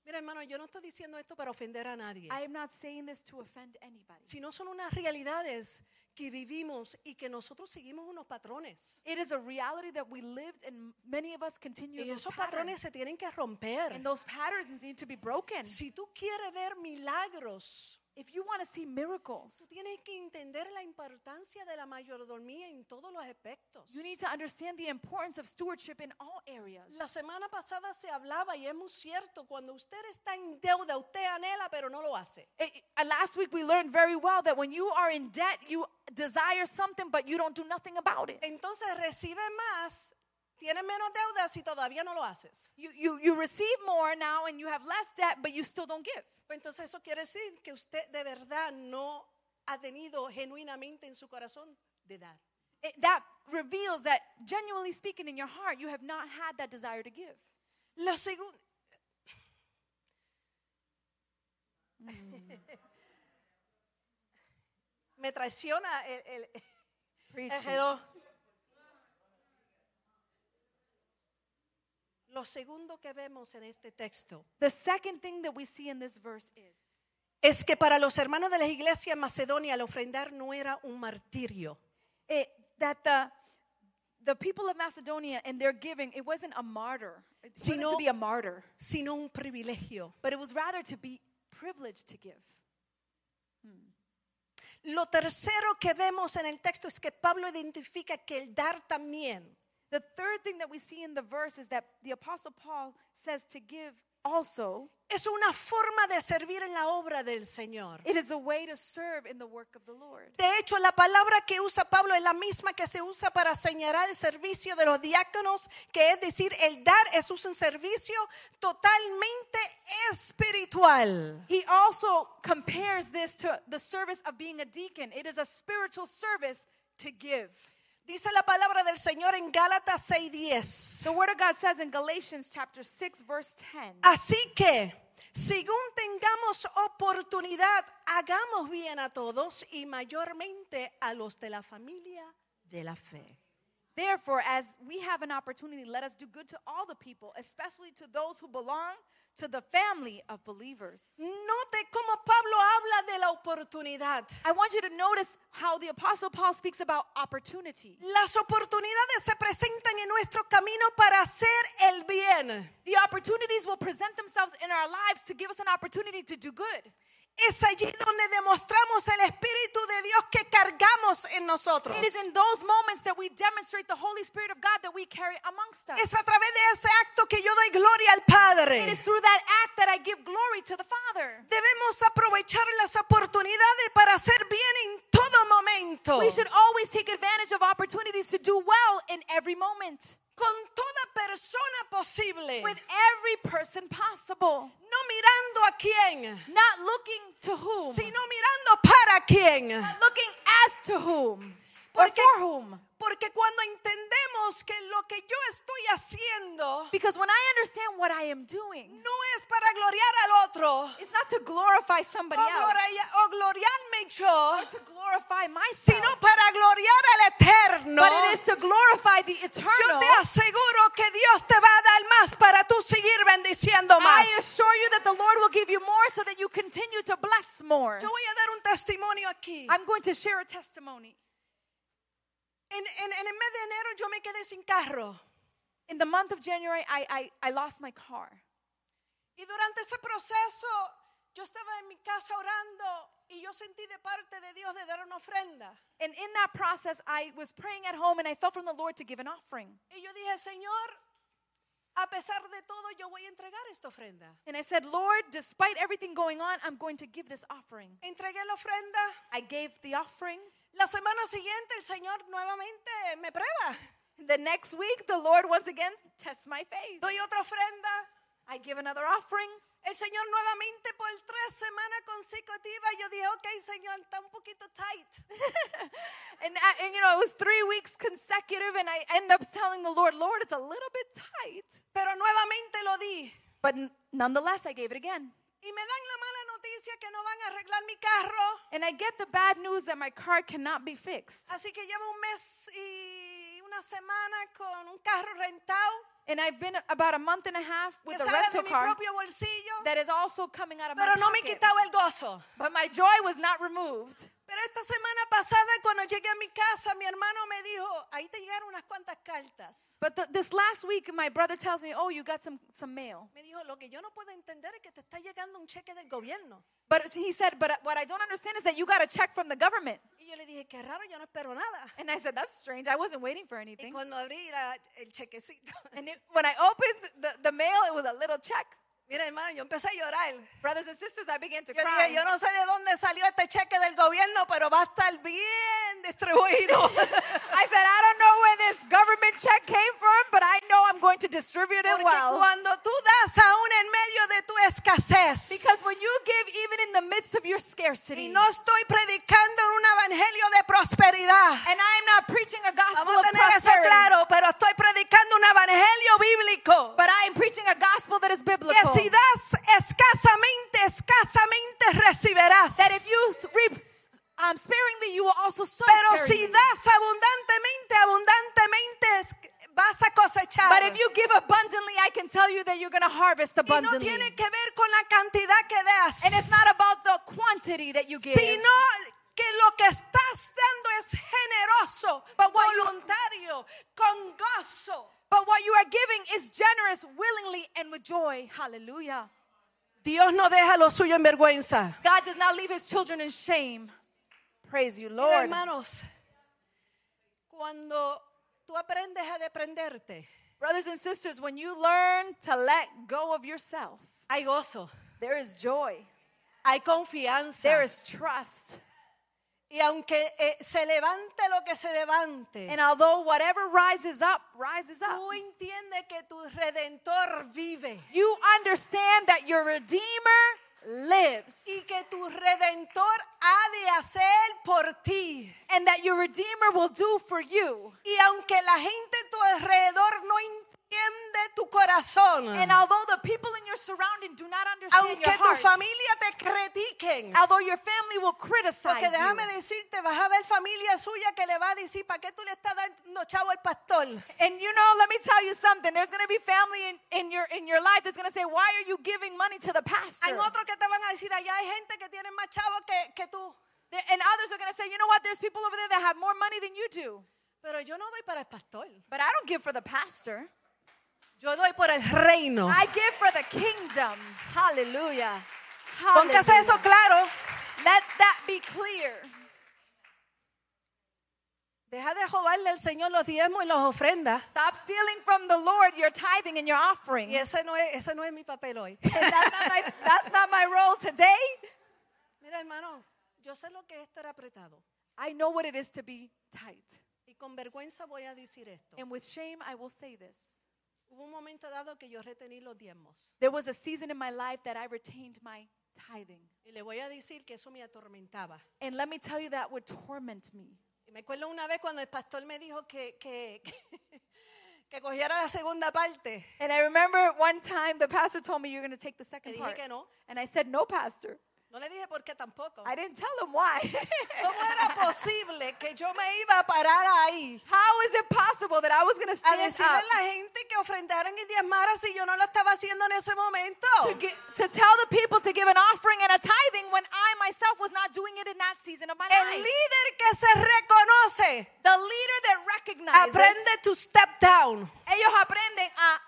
A: Mira, hermano, yo no estoy diciendo esto para ofender a nadie,
B: I am not saying this to offend anybody.
A: sino son unas realidades que vivimos y que nosotros seguimos unos patrones.
B: It is a reality that we lived, and many of us continue
A: Y
B: those
A: esos
B: patterns.
A: patrones se tienen que romper.
B: And those patterns need to be broken.
A: Si tú quieres ver milagros,
B: If you want to see
A: tú
B: miracles,
A: tienes que entender la importancia de la mayordomía en todos los aspectos.
B: you need to understand the importance of stewardship in all areas.
A: La semana pasada se hablaba y es muy cierto, cuando usted está en deuda, usted anhela pero no lo hace.
B: It- it- and Eh, last week we learned very well that when you are in debt, you desire something, but you don't do nothing about it.
A: Entonces recibe más, tiene menos deuda si todavía no lo haces.
B: You, you, you receive more now and you have less debt, but you still don't give.
A: Pues Entonces eso quiere decir que usted de verdad no ha tenido genuinamente en su corazón de dar.
B: It- that reveals that, genuinely speaking, in your heart, you have not had that desire to give.
A: Lo segundo... Me traiciona el- el, Eh, pero- Lo segundo que vemos en este texto
B: The second thing that we see in this verse is
A: es que para los hermanos de la iglesia en Macedonia el ofrendar no era un martirio.
B: it, that the the people of Macedonia and their giving it wasn't a martyr it wasn't
A: Sino-
B: to be a martyr
A: sino un privilegio.
B: but it was rather to be privileged to give
A: Lo tercero que vemos en el texto es que Pablo identifica que el dar también
B: the third thing that we see in the verse is that the apostle Paul says to give also
A: es una forma de servir en la obra del Señor.
B: it is a way to serve in the work of the Lord
A: De hecho, la palabra que usa Pablo es la misma que se usa para señalar el servicio de los diáconos, que es decir, el dar es un servicio totalmente espiritual.
B: he also compares this to the service of being a deacon it is a spiritual service to give
A: Dice la palabra del Señor en Gálatas 6:10.
B: The word of God says in Galatians chapter 6 verse 10.
A: Así que, según tengamos oportunidad, hagamos bien a todos y mayormente a los de la familia de la fe.
B: Therefore, as we have an opportunity, let us do good to all the people, especially to those who belong to the family of believers.
A: Note cómo Pablo habla de la oportunidad.
B: I want you to notice how the apostle Paul speaks about opportunity.
A: Las oportunidades se presentan en nuestro camino para hacer el bien.
B: The opportunities will present themselves in our lives to give us an opportunity to do good.
A: Es allí donde demostramos el Espíritu de Dios que cargamos en nosotros.
B: It is in those moments that we demonstrate the Holy Spirit of God that we carry amongst us.
A: Es a través de ese acto que yo doy gloria al Padre.
B: It is through that act that I give glory to the Father.
A: Debemos aprovechar las oportunidades para hacer bien en todo momento.
B: We should always take advantage of opportunities to do well in every moment
A: Con toda persona posible.
B: with every person possible.
A: No mirando a quién,
B: Not looking to whom,
A: sino mirando para quién.
B: but looking as to whom or
A: Porque-
B: for whom.
A: Porque cuando entendemos que lo que yo estoy haciendo
B: Because when I understand what I am doing,
A: no es para gloriar al otro o,
B: it's not to glorify somebody else,
A: gloria- o gloriarme yo,
B: to glorify myself,
A: sino para gloriar al eterno.
B: but it is to glorify the
A: Yo
B: eternal.
A: te aseguro que Dios te va a dar más para tú seguir bendiciendo más.
B: I assure you that the Lord will give you more so that you continue to bless more.
A: Yo voy a dar un testimonio aquí.
B: I'm going to share a testimony.
A: En, en- en el mes de enero yo me quedé sin carro
B: In the month of January, I, I, I lost my car.
A: y durante ese proceso yo estaba en mi casa orando y yo sentí de parte de Dios de dar una ofrenda.
B: And in that process, I was praying at home and I felt from the Lord to give an offering.
A: Y yo dije, Señor, a pesar de todo yo voy a entregar esta ofrenda.
B: And I said, Lord, despite everything going on, I'm going to give this offering.
A: Entregué la ofrenda.
B: I gave the offering.
A: La semana siguiente el Señor nuevamente me prueba.
B: The next week, the Lord once again tests my faith.
A: Doy otra ofrenda.
B: I give another offering.
A: El Señor nuevamente por tres semanas consecutivas, yo dije, ok, Señor, está un poquito tight.
B: And, I- and you know, it was three weeks consecutive, and I end up telling the Lord, Lord, it's a little bit tight.
A: Pero nuevamente lo di.
B: But n- nonetheless, I gave it again.
A: Y me dan la mala noticia que no van a arreglar mi carro.
B: And I get the bad news that my car cannot be fixed.
A: Así que llevo un mes y una semana con un carro rentado
B: And I've been about a month and a half
A: que
B: with a
A: sale de
B: rental
A: mi
B: car
A: propio bolsillo.
B: that is also coming out of my
A: Pero no me
B: pocket.
A: quitaba el gozo.
B: But my joy was not removed.
A: Pero esta semana pasada, cuando llegué a mi casa, mi hermano me dijo, ahí te llegaron unas cuantas cartas.
B: But th- this last week, my brother tells me, "Oh, you got some some mail."
A: Me dijo, lo que yo no puedo entender es que te está llegando un cheque del gobierno.
B: But he said, "But what I don't understand is that you got a check from the government."
A: Y yo le dije, qué raro, yo no espero nada.
B: And I said, "That's strange. I wasn't waiting for
A: Y
B: anything."
A: cuando abrí la- el chequecito,
B: And it, when I opened the, the mail, it was a little check.
A: mira hermano, yo empecé a llorar.
B: Brothers and sisters, I began to
A: Yo
B: cry.
A: dije, yo no sé de dónde salió este cheque del gobierno, pero va a estar bien distribuido.
B: I said, "I don't know where this government check came from, but I know I'm going to distribute it
A: Porque
B: well."
A: cuando tú das aún en medio de tu escasez,
B: Because when you give, even in the midst of your
A: y
B: scarcity,
A: no estoy predicando en un evangelio de prosperidad,
B: and I am not preaching a gospel
A: vamos a
B: of
A: tener eso
B: prosperity,
A: claro, pero estoy predicando un evangelio bíblico.
B: but I am preaching a gospel that is
A: Que
B: biblical.
A: si das escasamente, escasamente recibirás.
B: That if you s- reap s- um, sparingly, you will also sow
A: Pero si
B: sparingly.
A: das abundantemente, abundantemente es- vas a cosechar.
B: But if you give abundantly, I can tell you that you're going to harvest
A: y no
B: abundantly.
A: tiene que ver con la cantidad que das,
B: and it's not about the quantity that you give,
A: sino que lo que estás dando es generoso,
B: But what you-
A: voluntario, con gozo.
B: but what you are giving is generous, willingly, and with joy. Hallelujah.
A: Dios no deja lo suyo en vergüenza.
B: God does not leave his children in shame. Praise you,
A: Mira,
B: Lord.
A: hermanos, cuando tú aprendes a deprenderte,
B: Brothers and sisters, when you learn to let go of yourself,
A: hay gozo,
B: there is joy,
A: hay confianza.
B: there is trust.
A: y aunque eh, se levante lo que se levante,
B: And although whatever rises up, rises up.
A: Tú entiendes que tu redentor vive
B: You understand that your Redeemer lives
A: y que tu redentor ha de hacer por ti.
B: and that your Redeemer will do for you.
A: Y aunque la gente a tu alrededor no entiende tu corazón,
B: And although the people in your surrounding do not understand
A: aunque
B: your
A: tu
B: heart,
A: familia te critiquen,
B: although your family will criticize
A: porque
B: you,
A: déjame decirte, vas a ver familia suya que le va a decir, ¿para qué tú le estás dando chavo al pastor?
B: and you know, let me tell you something. There's going to be family in, in your in your life that's going to say, "Why are you giving money to the pastor?"
A: Hay otros que te van a decir, allá hay gente que tiene más chavo que, que tú.
B: There- and others are going to say, "You know what? There's people over there that have more money than you do,
A: Pero yo no doy para el pastor,
B: but I don't give for the pastor.
A: yo doy por el reino.
B: I give for the kingdom." Hallelujah.
A: Póngase eso
B: Hallelujah.
A: claro.
B: Let that be clear.
A: Deja de robarle al Señor los diezmos y las ofrendas.
B: Stop stealing from the Lord your tithing and your offering.
A: Y ese no, es, ese no es mi papel hoy.
B: And that's, not my, that's not my role today.
A: Mira, hermano, yo sé lo que es estar apretado.
B: I know what it is to be tight.
A: Y con vergüenza voy a decir esto.
B: And with shame, I will say this.
A: Hubo un momento dado que yo retení los diezmos.
B: There was a season in my life that I retained my tithing.
A: Y le voy a decir que eso me atormentaba.
B: And let me tell you, that would torment me.
A: Y me acuerdo una vez cuando el pastor me dijo que, que, que cogiera la segunda parte.
B: And I remember one time the pastor told me, You're going to take the
A: Le
B: second
A: dije
B: part.
A: que no. Oh.
B: And I said, No, pastor.
A: No le dije por qué tampoco.
B: I didn't tell him why.
A: ¿Cómo era posible que yo me iba a parar ahí?
B: How is it possible that I was going to
A: A
B: stand
A: decirle
B: up
A: a la gente que ofrendaran y diezmaran si yo no lo estaba haciendo en ese momento.
B: to, gi- to tell the people to give an offering and a tithing when I myself was not doing it in that season of my
A: El
B: life?
A: líder que se reconoce
B: The leader that recognizes
A: aprende to step down.
B: Ellos aprenden a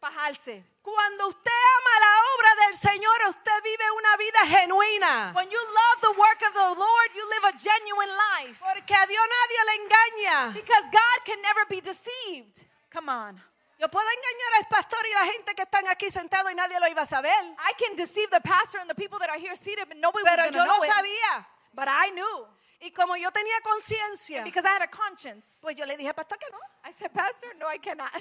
B: bajarse.
A: Cuando usted ama la obra del Señor, usted vive una vida genuina.
B: When you love the work of the Lord, you live a genuine life.
A: Porque a Dios nadie le engaña.
B: Because God can never be deceived. Come on.
A: Yo puedo engañar al pastor y la gente que están aquí sentados y nadie lo iba a saber.
B: I can deceive the pastor and the people that are here seated, but nobody
A: Pero
B: was going
A: yo
B: to
A: no
B: know it.
A: sabía.
B: But I knew
A: Y como yo tenía conciencia,
B: because I had a conscience.
A: pues yo le dije, pastor, que no.
B: I said, Pastor, no, I cannot.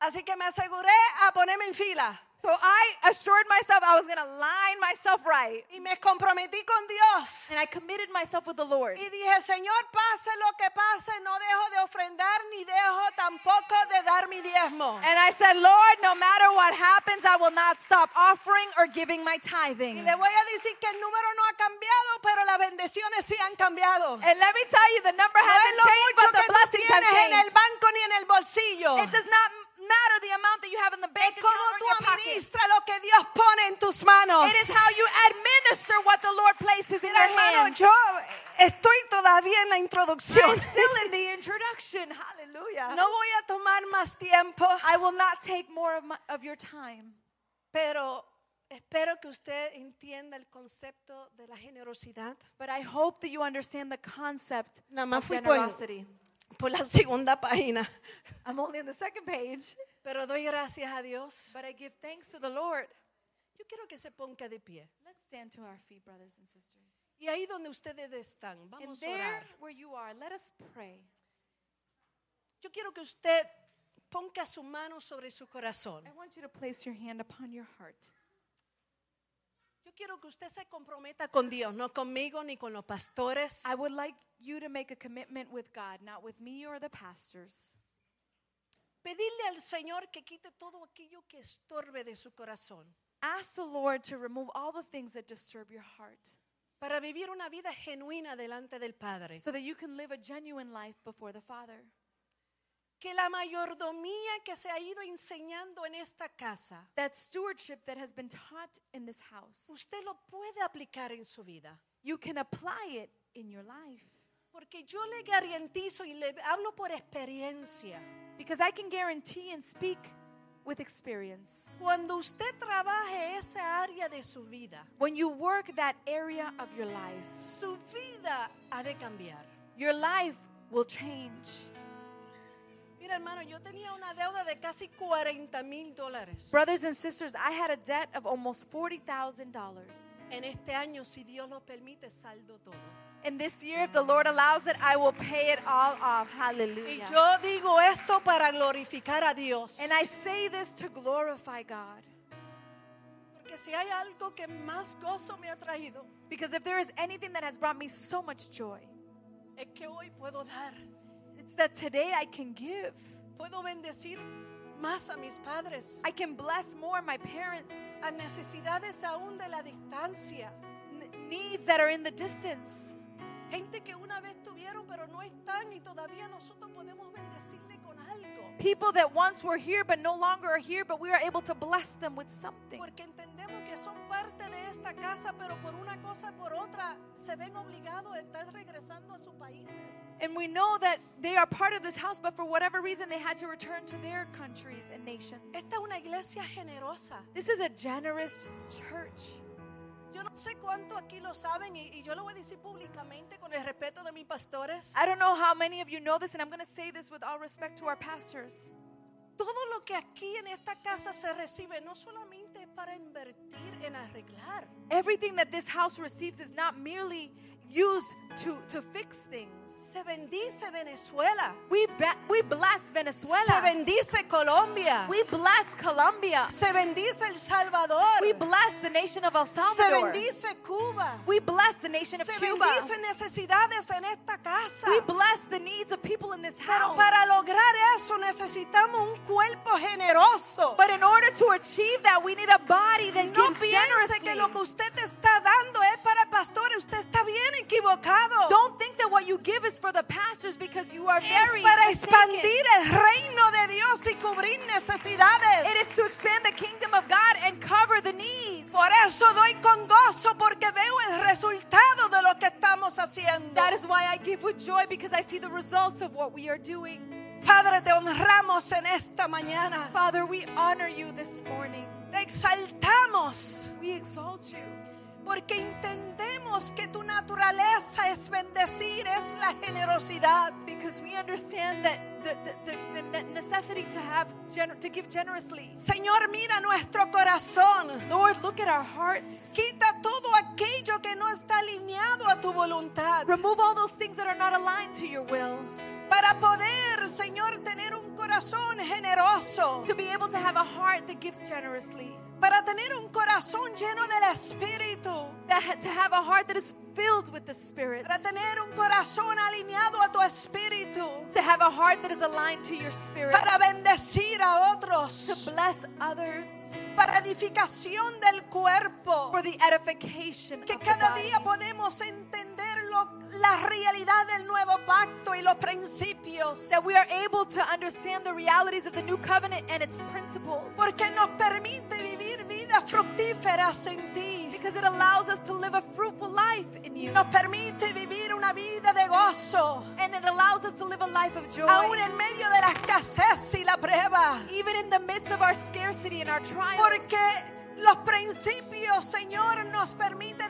A: Así que me aseguré a ponerme en fila.
B: so I assured myself I was going to line myself right.
A: Y me comprometí con Dios.
B: And I committed myself with the Lord.
A: Y dije, Señor, pase lo que pase, no dejo de ofrendar ni dejo tampoco de dar mi diezmo.
B: And I said, Lord, no matter what happens, I will not stop offering or giving my tithing.
A: Y le voy a decir que el número no ha cambiado, pero las bendiciones sí han cambiado. No
B: And let me tell you, the number
A: es
B: hasn't
A: lo
B: changed,
A: mucho
B: but the
A: que tú
B: blessings have
A: tienes en el
B: changed.
A: banco ni en el bolsillo.
B: It does not m- matter the amount that you have in the bank.
A: Es
B: It's
A: como
B: not
A: tú
B: your pocket.
A: administras lo que Dios pone en tus manos.
B: It is how you administer what the Lord places in
A: Mira,
B: your
A: hermano,
B: hands.
A: yo estoy todavía en la
B: I'm
A: introducción.
B: still in the introduction. Hallelujah.
A: No voy a tomar más tiempo,
B: I will not take more of, my, of your time.
A: pero espero que usted entienda el concepto de la generosidad.
B: But I hope that you understand the concept
A: Nada más
B: of
A: fui por-
B: generosity.
A: Por la segunda página.
B: I'm only in the second page,
A: Pero doy gracias a Dios.
B: but I give thanks to the Lord.
A: Yo quiero que se ponga de pie.
B: Let's stand to our feet, brothers and sisters.
A: Y ahí donde ustedes están,
B: And
A: vamos a
B: there
A: orar.
B: where you are, let us pray.
A: Yo quiero que usted ponga su mano sobre su corazón.
B: I want you to place your hand upon your heart.
A: Yo quiero que usted se comprometa con Dios, no conmigo ni con los pastores.
B: I would like you to make a commitment with God, not with me or the pastors.
A: Pedirle al Señor que quite todo aquello que estorbe de su corazón
B: Ask the Lord to remove all the things that disturb your heart
A: para vivir una vida genuina delante del Padre.
B: so that you can live a genuine life before the Father.
A: Que la mayordomía que se ha ido enseñando en esta casa,
B: That stewardship that has been taught in this house,
A: usted lo puede aplicar en su vida.
B: you can apply it in your life.
A: Porque yo le garantizo y le hablo por experiencia.
B: Because I can guarantee and speak with experience.
A: Cuando usted trabaje esa área de su vida,
B: When you work that area of your life,
A: su vida ha de cambiar.
B: your life will change.
A: Mira, hermano, yo tenía una deuda de casi 40 mil dólares.
B: Brothers and sisters, I had a debt of almost $40,000.
A: En este año, si Dios lo permite, saldo todo.
B: And this year, if the Lord allows it, I will pay it all off.
A: Y
B: Hallelujah.
A: yo digo esto para glorificar a Dios.
B: And I say this to glorify God.
A: Porque Porque si hay algo que más gozo me ha traído,
B: Because if there is anything that has brought me so much joy,
A: es que hoy puedo dar,
B: it's that today I can give.
A: puedo bendecir más a mis padres,
B: I can bless more my parents,
A: a necesidades aún de la distancia,
B: n- needs that are in the distance.
A: gente que una vez tuvieron pero no están y todavía nosotros podemos bendecirle con algo.
B: People that once were here but no longer are here, but we are able to bless them with something.
A: Porque entendemos que son parte de esta casa, pero por una cosa por otra se ven obligados a estar regresando a sus países.
B: And we know that they are part of this house, but for whatever reason, they had to return to their countries and nations.
A: Esta es una iglesia generosa.
B: This is a generous church.
A: Yo no sé cuánto aquí lo saben y, y yo lo voy a decir públicamente con el respeto de mis pastores.
B: I don't know how many of you know this, and I'm going to say this with all respect to our pastors.
A: Todo lo que aquí en esta casa se recibe no solamente es para invertir en arreglar,
B: Everything that this house receives is not merely used to, to fix things.
A: se bendice Venezuela,
B: We, be, we bless
A: se
B: Venezuela.
A: bendice Colombia,
B: We bless Colombia.
A: se bendice El Salvador,
B: We bless the nation of El
A: se
B: Salvador.
A: bendice Cuba.
B: We bless the nation of
A: Se
B: Cuba.
A: bendicen necesidades en esta casa.
B: We bless the needs of people in this
A: Pero
B: house.
A: para lograr eso necesitamos un cuerpo generoso.
B: But in order to achieve that, we need a body that
A: No
B: gives
A: piense que lo que
B: generously.
A: usted te está dando es para el pastor. Usted está bien equivocado.
B: Don't think that what you give is for the pastors because you are
A: es
B: very
A: para
B: mistaken.
A: expandir el reino de Dios y cubrir necesidades.
B: It is to expand the kingdom of God and cover the needs.
A: Por eso doy con gozo porque veo el resultado de lo que estamos haciendo.
B: That is why I give with joy because I see the results of what we are doing.
A: Padre, te honramos en esta mañana.
B: Father, we honor you this morning.
A: Te exaltamos.
B: We exalt you
A: Porque entendemos que tu naturaleza es bendecir, es la generosidad.
B: because we understand that the, the, the, the ne- necessity to have gener- to give generously.
A: Señor, mira nuestro corazón.
B: Lord, look at our hearts.
A: Quita todo aquello que no está alineado a tu voluntad.
B: Remove all those things that are not aligned to your will.
A: Para poder, Señor, tener un corazón generoso.
B: To be able to have a heart that gives generously.
A: Para tener un corazón lleno del Espíritu.
B: That ha- to have a heart that is filled with the Spirit.
A: Para tener un corazón alineado a tu Espíritu.
B: To have a heart that is aligned to your Spirit.
A: Para bendecir a
B: To
A: otros.
B: bless others.
A: Para edificación del cuerpo.
B: for the edification
A: Que
B: of the
A: cada
B: body.
A: día podemos entender lo- la realidad del nuevo pacto y los principios.
B: that we are able to understand the realities of the new covenant and its principles
A: Porque nos permite vivir vidas fructíferas en ti.
B: because it allows us to live a fruitful life in you
A: Nos permite vivir una vida de gozo.
B: and it allows us to live a life of joy
A: Aún en medio de la escasez y la prueba.
B: even in the midst of our scarcity and our trials
A: Porque los principios, Señor, nos permite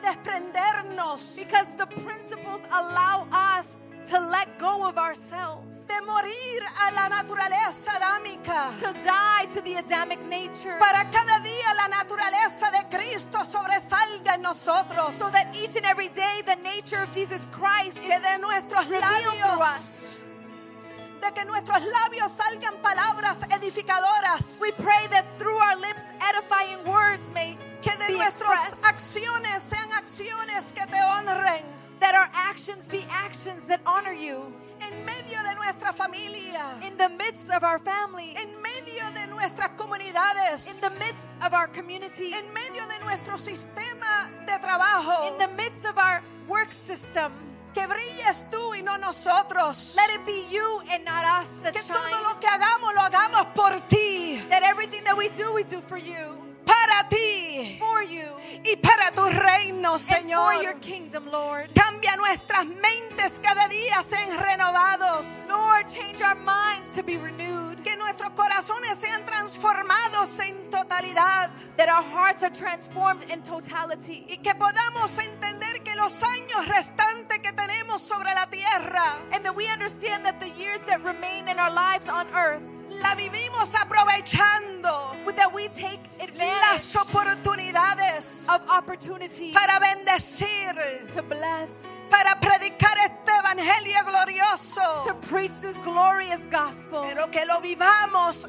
A: desprendernos.
B: because the principles allow us to let go of ourselves
A: De morir a la naturaleza adámica.
B: to die to the Adamic nature
A: Para cada día la naturaleza de Cristo sobresalga en nosotros.
B: so that each and every day the nature of Jesus Christ is
A: que de nuestros
B: revealed through
A: labios,
B: us
A: de que nuestros labios salgan palabras edificadoras.
B: We pray that through our lips, edifying words may
A: Que de
B: be
A: nuestras
B: expressed.
A: acciones sean acciones que te honren.
B: That our actions be actions that honor you
A: En medio de nuestra familia,
B: in the midst of our family,
A: en medio de nuestras
B: in
A: comunidades,
B: the midst of our community,
A: en medio de nuestro sistema de trabajo.
B: in the midst of our work system.
A: Que brilles tú y no nosotros.
B: Let it be you and not us that
A: Que todo
B: shine.
A: lo que hagamos lo hagamos por ti,
B: That everything that we do, we do for you,
A: para ti
B: for you,
A: y para tu reino,
B: and for your
A: Señor.
B: kingdom, Lord.
A: Cambia nuestras mentes cada día sean renovados.
B: Lord, change our minds to be renewed.
A: Que nuestros corazones sean transformados en totalidad.
B: That our hearts are transformed in totality.
A: Y que podamos entender que los años restantes que tenemos sobre la tierra
B: And that we understand that the years that remain in our lives on earth,
A: la vivimos aprovechando
B: with- that we take
A: las
B: advantage
A: oportunidades
B: of opportunity
A: para bendecir,
B: to bless,
A: para predicar este evangelio
B: to
A: glorioso.
B: preach this glorious gospel,
A: Pero que lo vivamos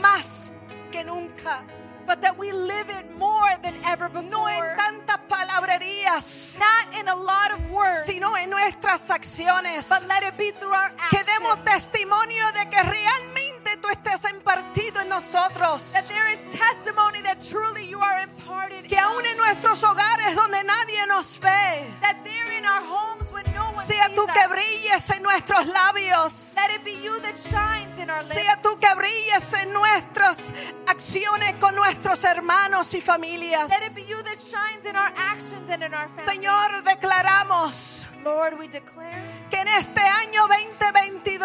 A: más que nunca.
B: but that we live it more than ever before.
A: no en tantas palabrerías,
B: Not in a lot of words,
A: sino en nuestras acciones.
B: but let it be through our
A: Que
B: actions.
A: demos testimonio de que realmente tú estés impartido en nosotros.
B: that there is testimony that truly you are imparted.
A: Que
B: in
A: aún
B: us.
A: en nuestros hogares donde nadie nos ve,
B: that there in our homes when no one
A: sea
B: sees
A: tú que
B: us.
A: brilles en nuestros labios.
B: Let it be you that shines in our lives.
A: Sea tú que brilles en nuestras acciones con nuestros hermanos y familias.
B: Let it be you that shines in our actions and in our family.
A: Señor, declaramos
B: Lord, we declare
A: que en este año 2022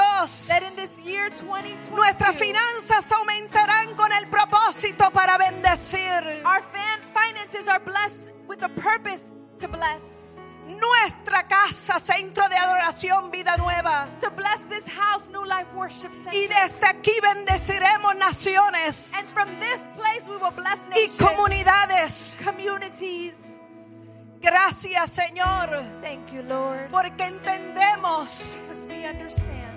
B: that in this year 2020,
A: nuestras finanzas aumentarán con el propósito para bendecir.
B: our fan- finances are blessed with the purpose to bless.
A: Nuestra casa, centro de adoración, vida nueva.
B: To bless this house, New Life Worship Center.
A: Y desde aquí bendeciremos
B: and
A: naciones
B: from this place, we will bless
A: y
B: nations,
A: comunidades.
B: communities.
A: Gracias, Señor,
B: Thank you, Lord,
A: porque entendemos
B: because we understand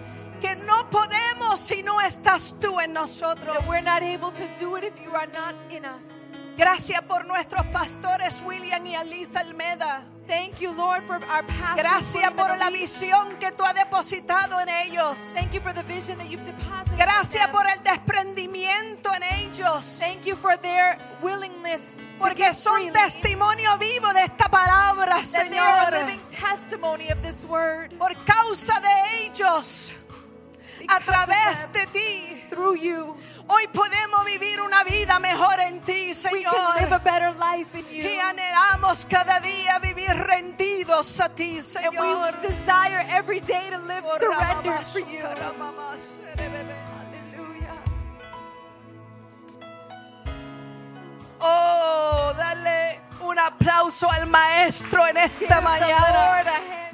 A: que no podemos si no estás tú en nosotros.
B: that we're not able to do it if you are not in us.
A: Gracias por nuestros pastores William y Alisa Almeda.
B: Thank you, Lord, for our past.
A: Gracias por la visión que tú has depositado en ellos.
B: Thank you for the vision that you've deposited. in
A: Gracias
B: them.
A: por el desprendimiento en ellos.
B: Thank you for their willingness to
A: Porque
B: give
A: son
B: freely,
A: testimonio vivo de esta palabra,
B: that they are a
A: Señor.
B: living testimony of this word
A: Por causa de ellos, a
B: Because of
A: través
B: them,
A: de ti,
B: through you.
A: hoy podemos vivir una vida mejor en ti,
B: We can live
A: Señor.
B: a better life in you.
A: Y anhelamos cada día vivir rendidos a ti,
B: And
A: Señor.
B: we desire every day to live surrendered for you. Hallelujah.
A: Oh, dale un aplauso al maestro en
B: Give
A: esta
B: the
A: mañana.
B: Lord a hand.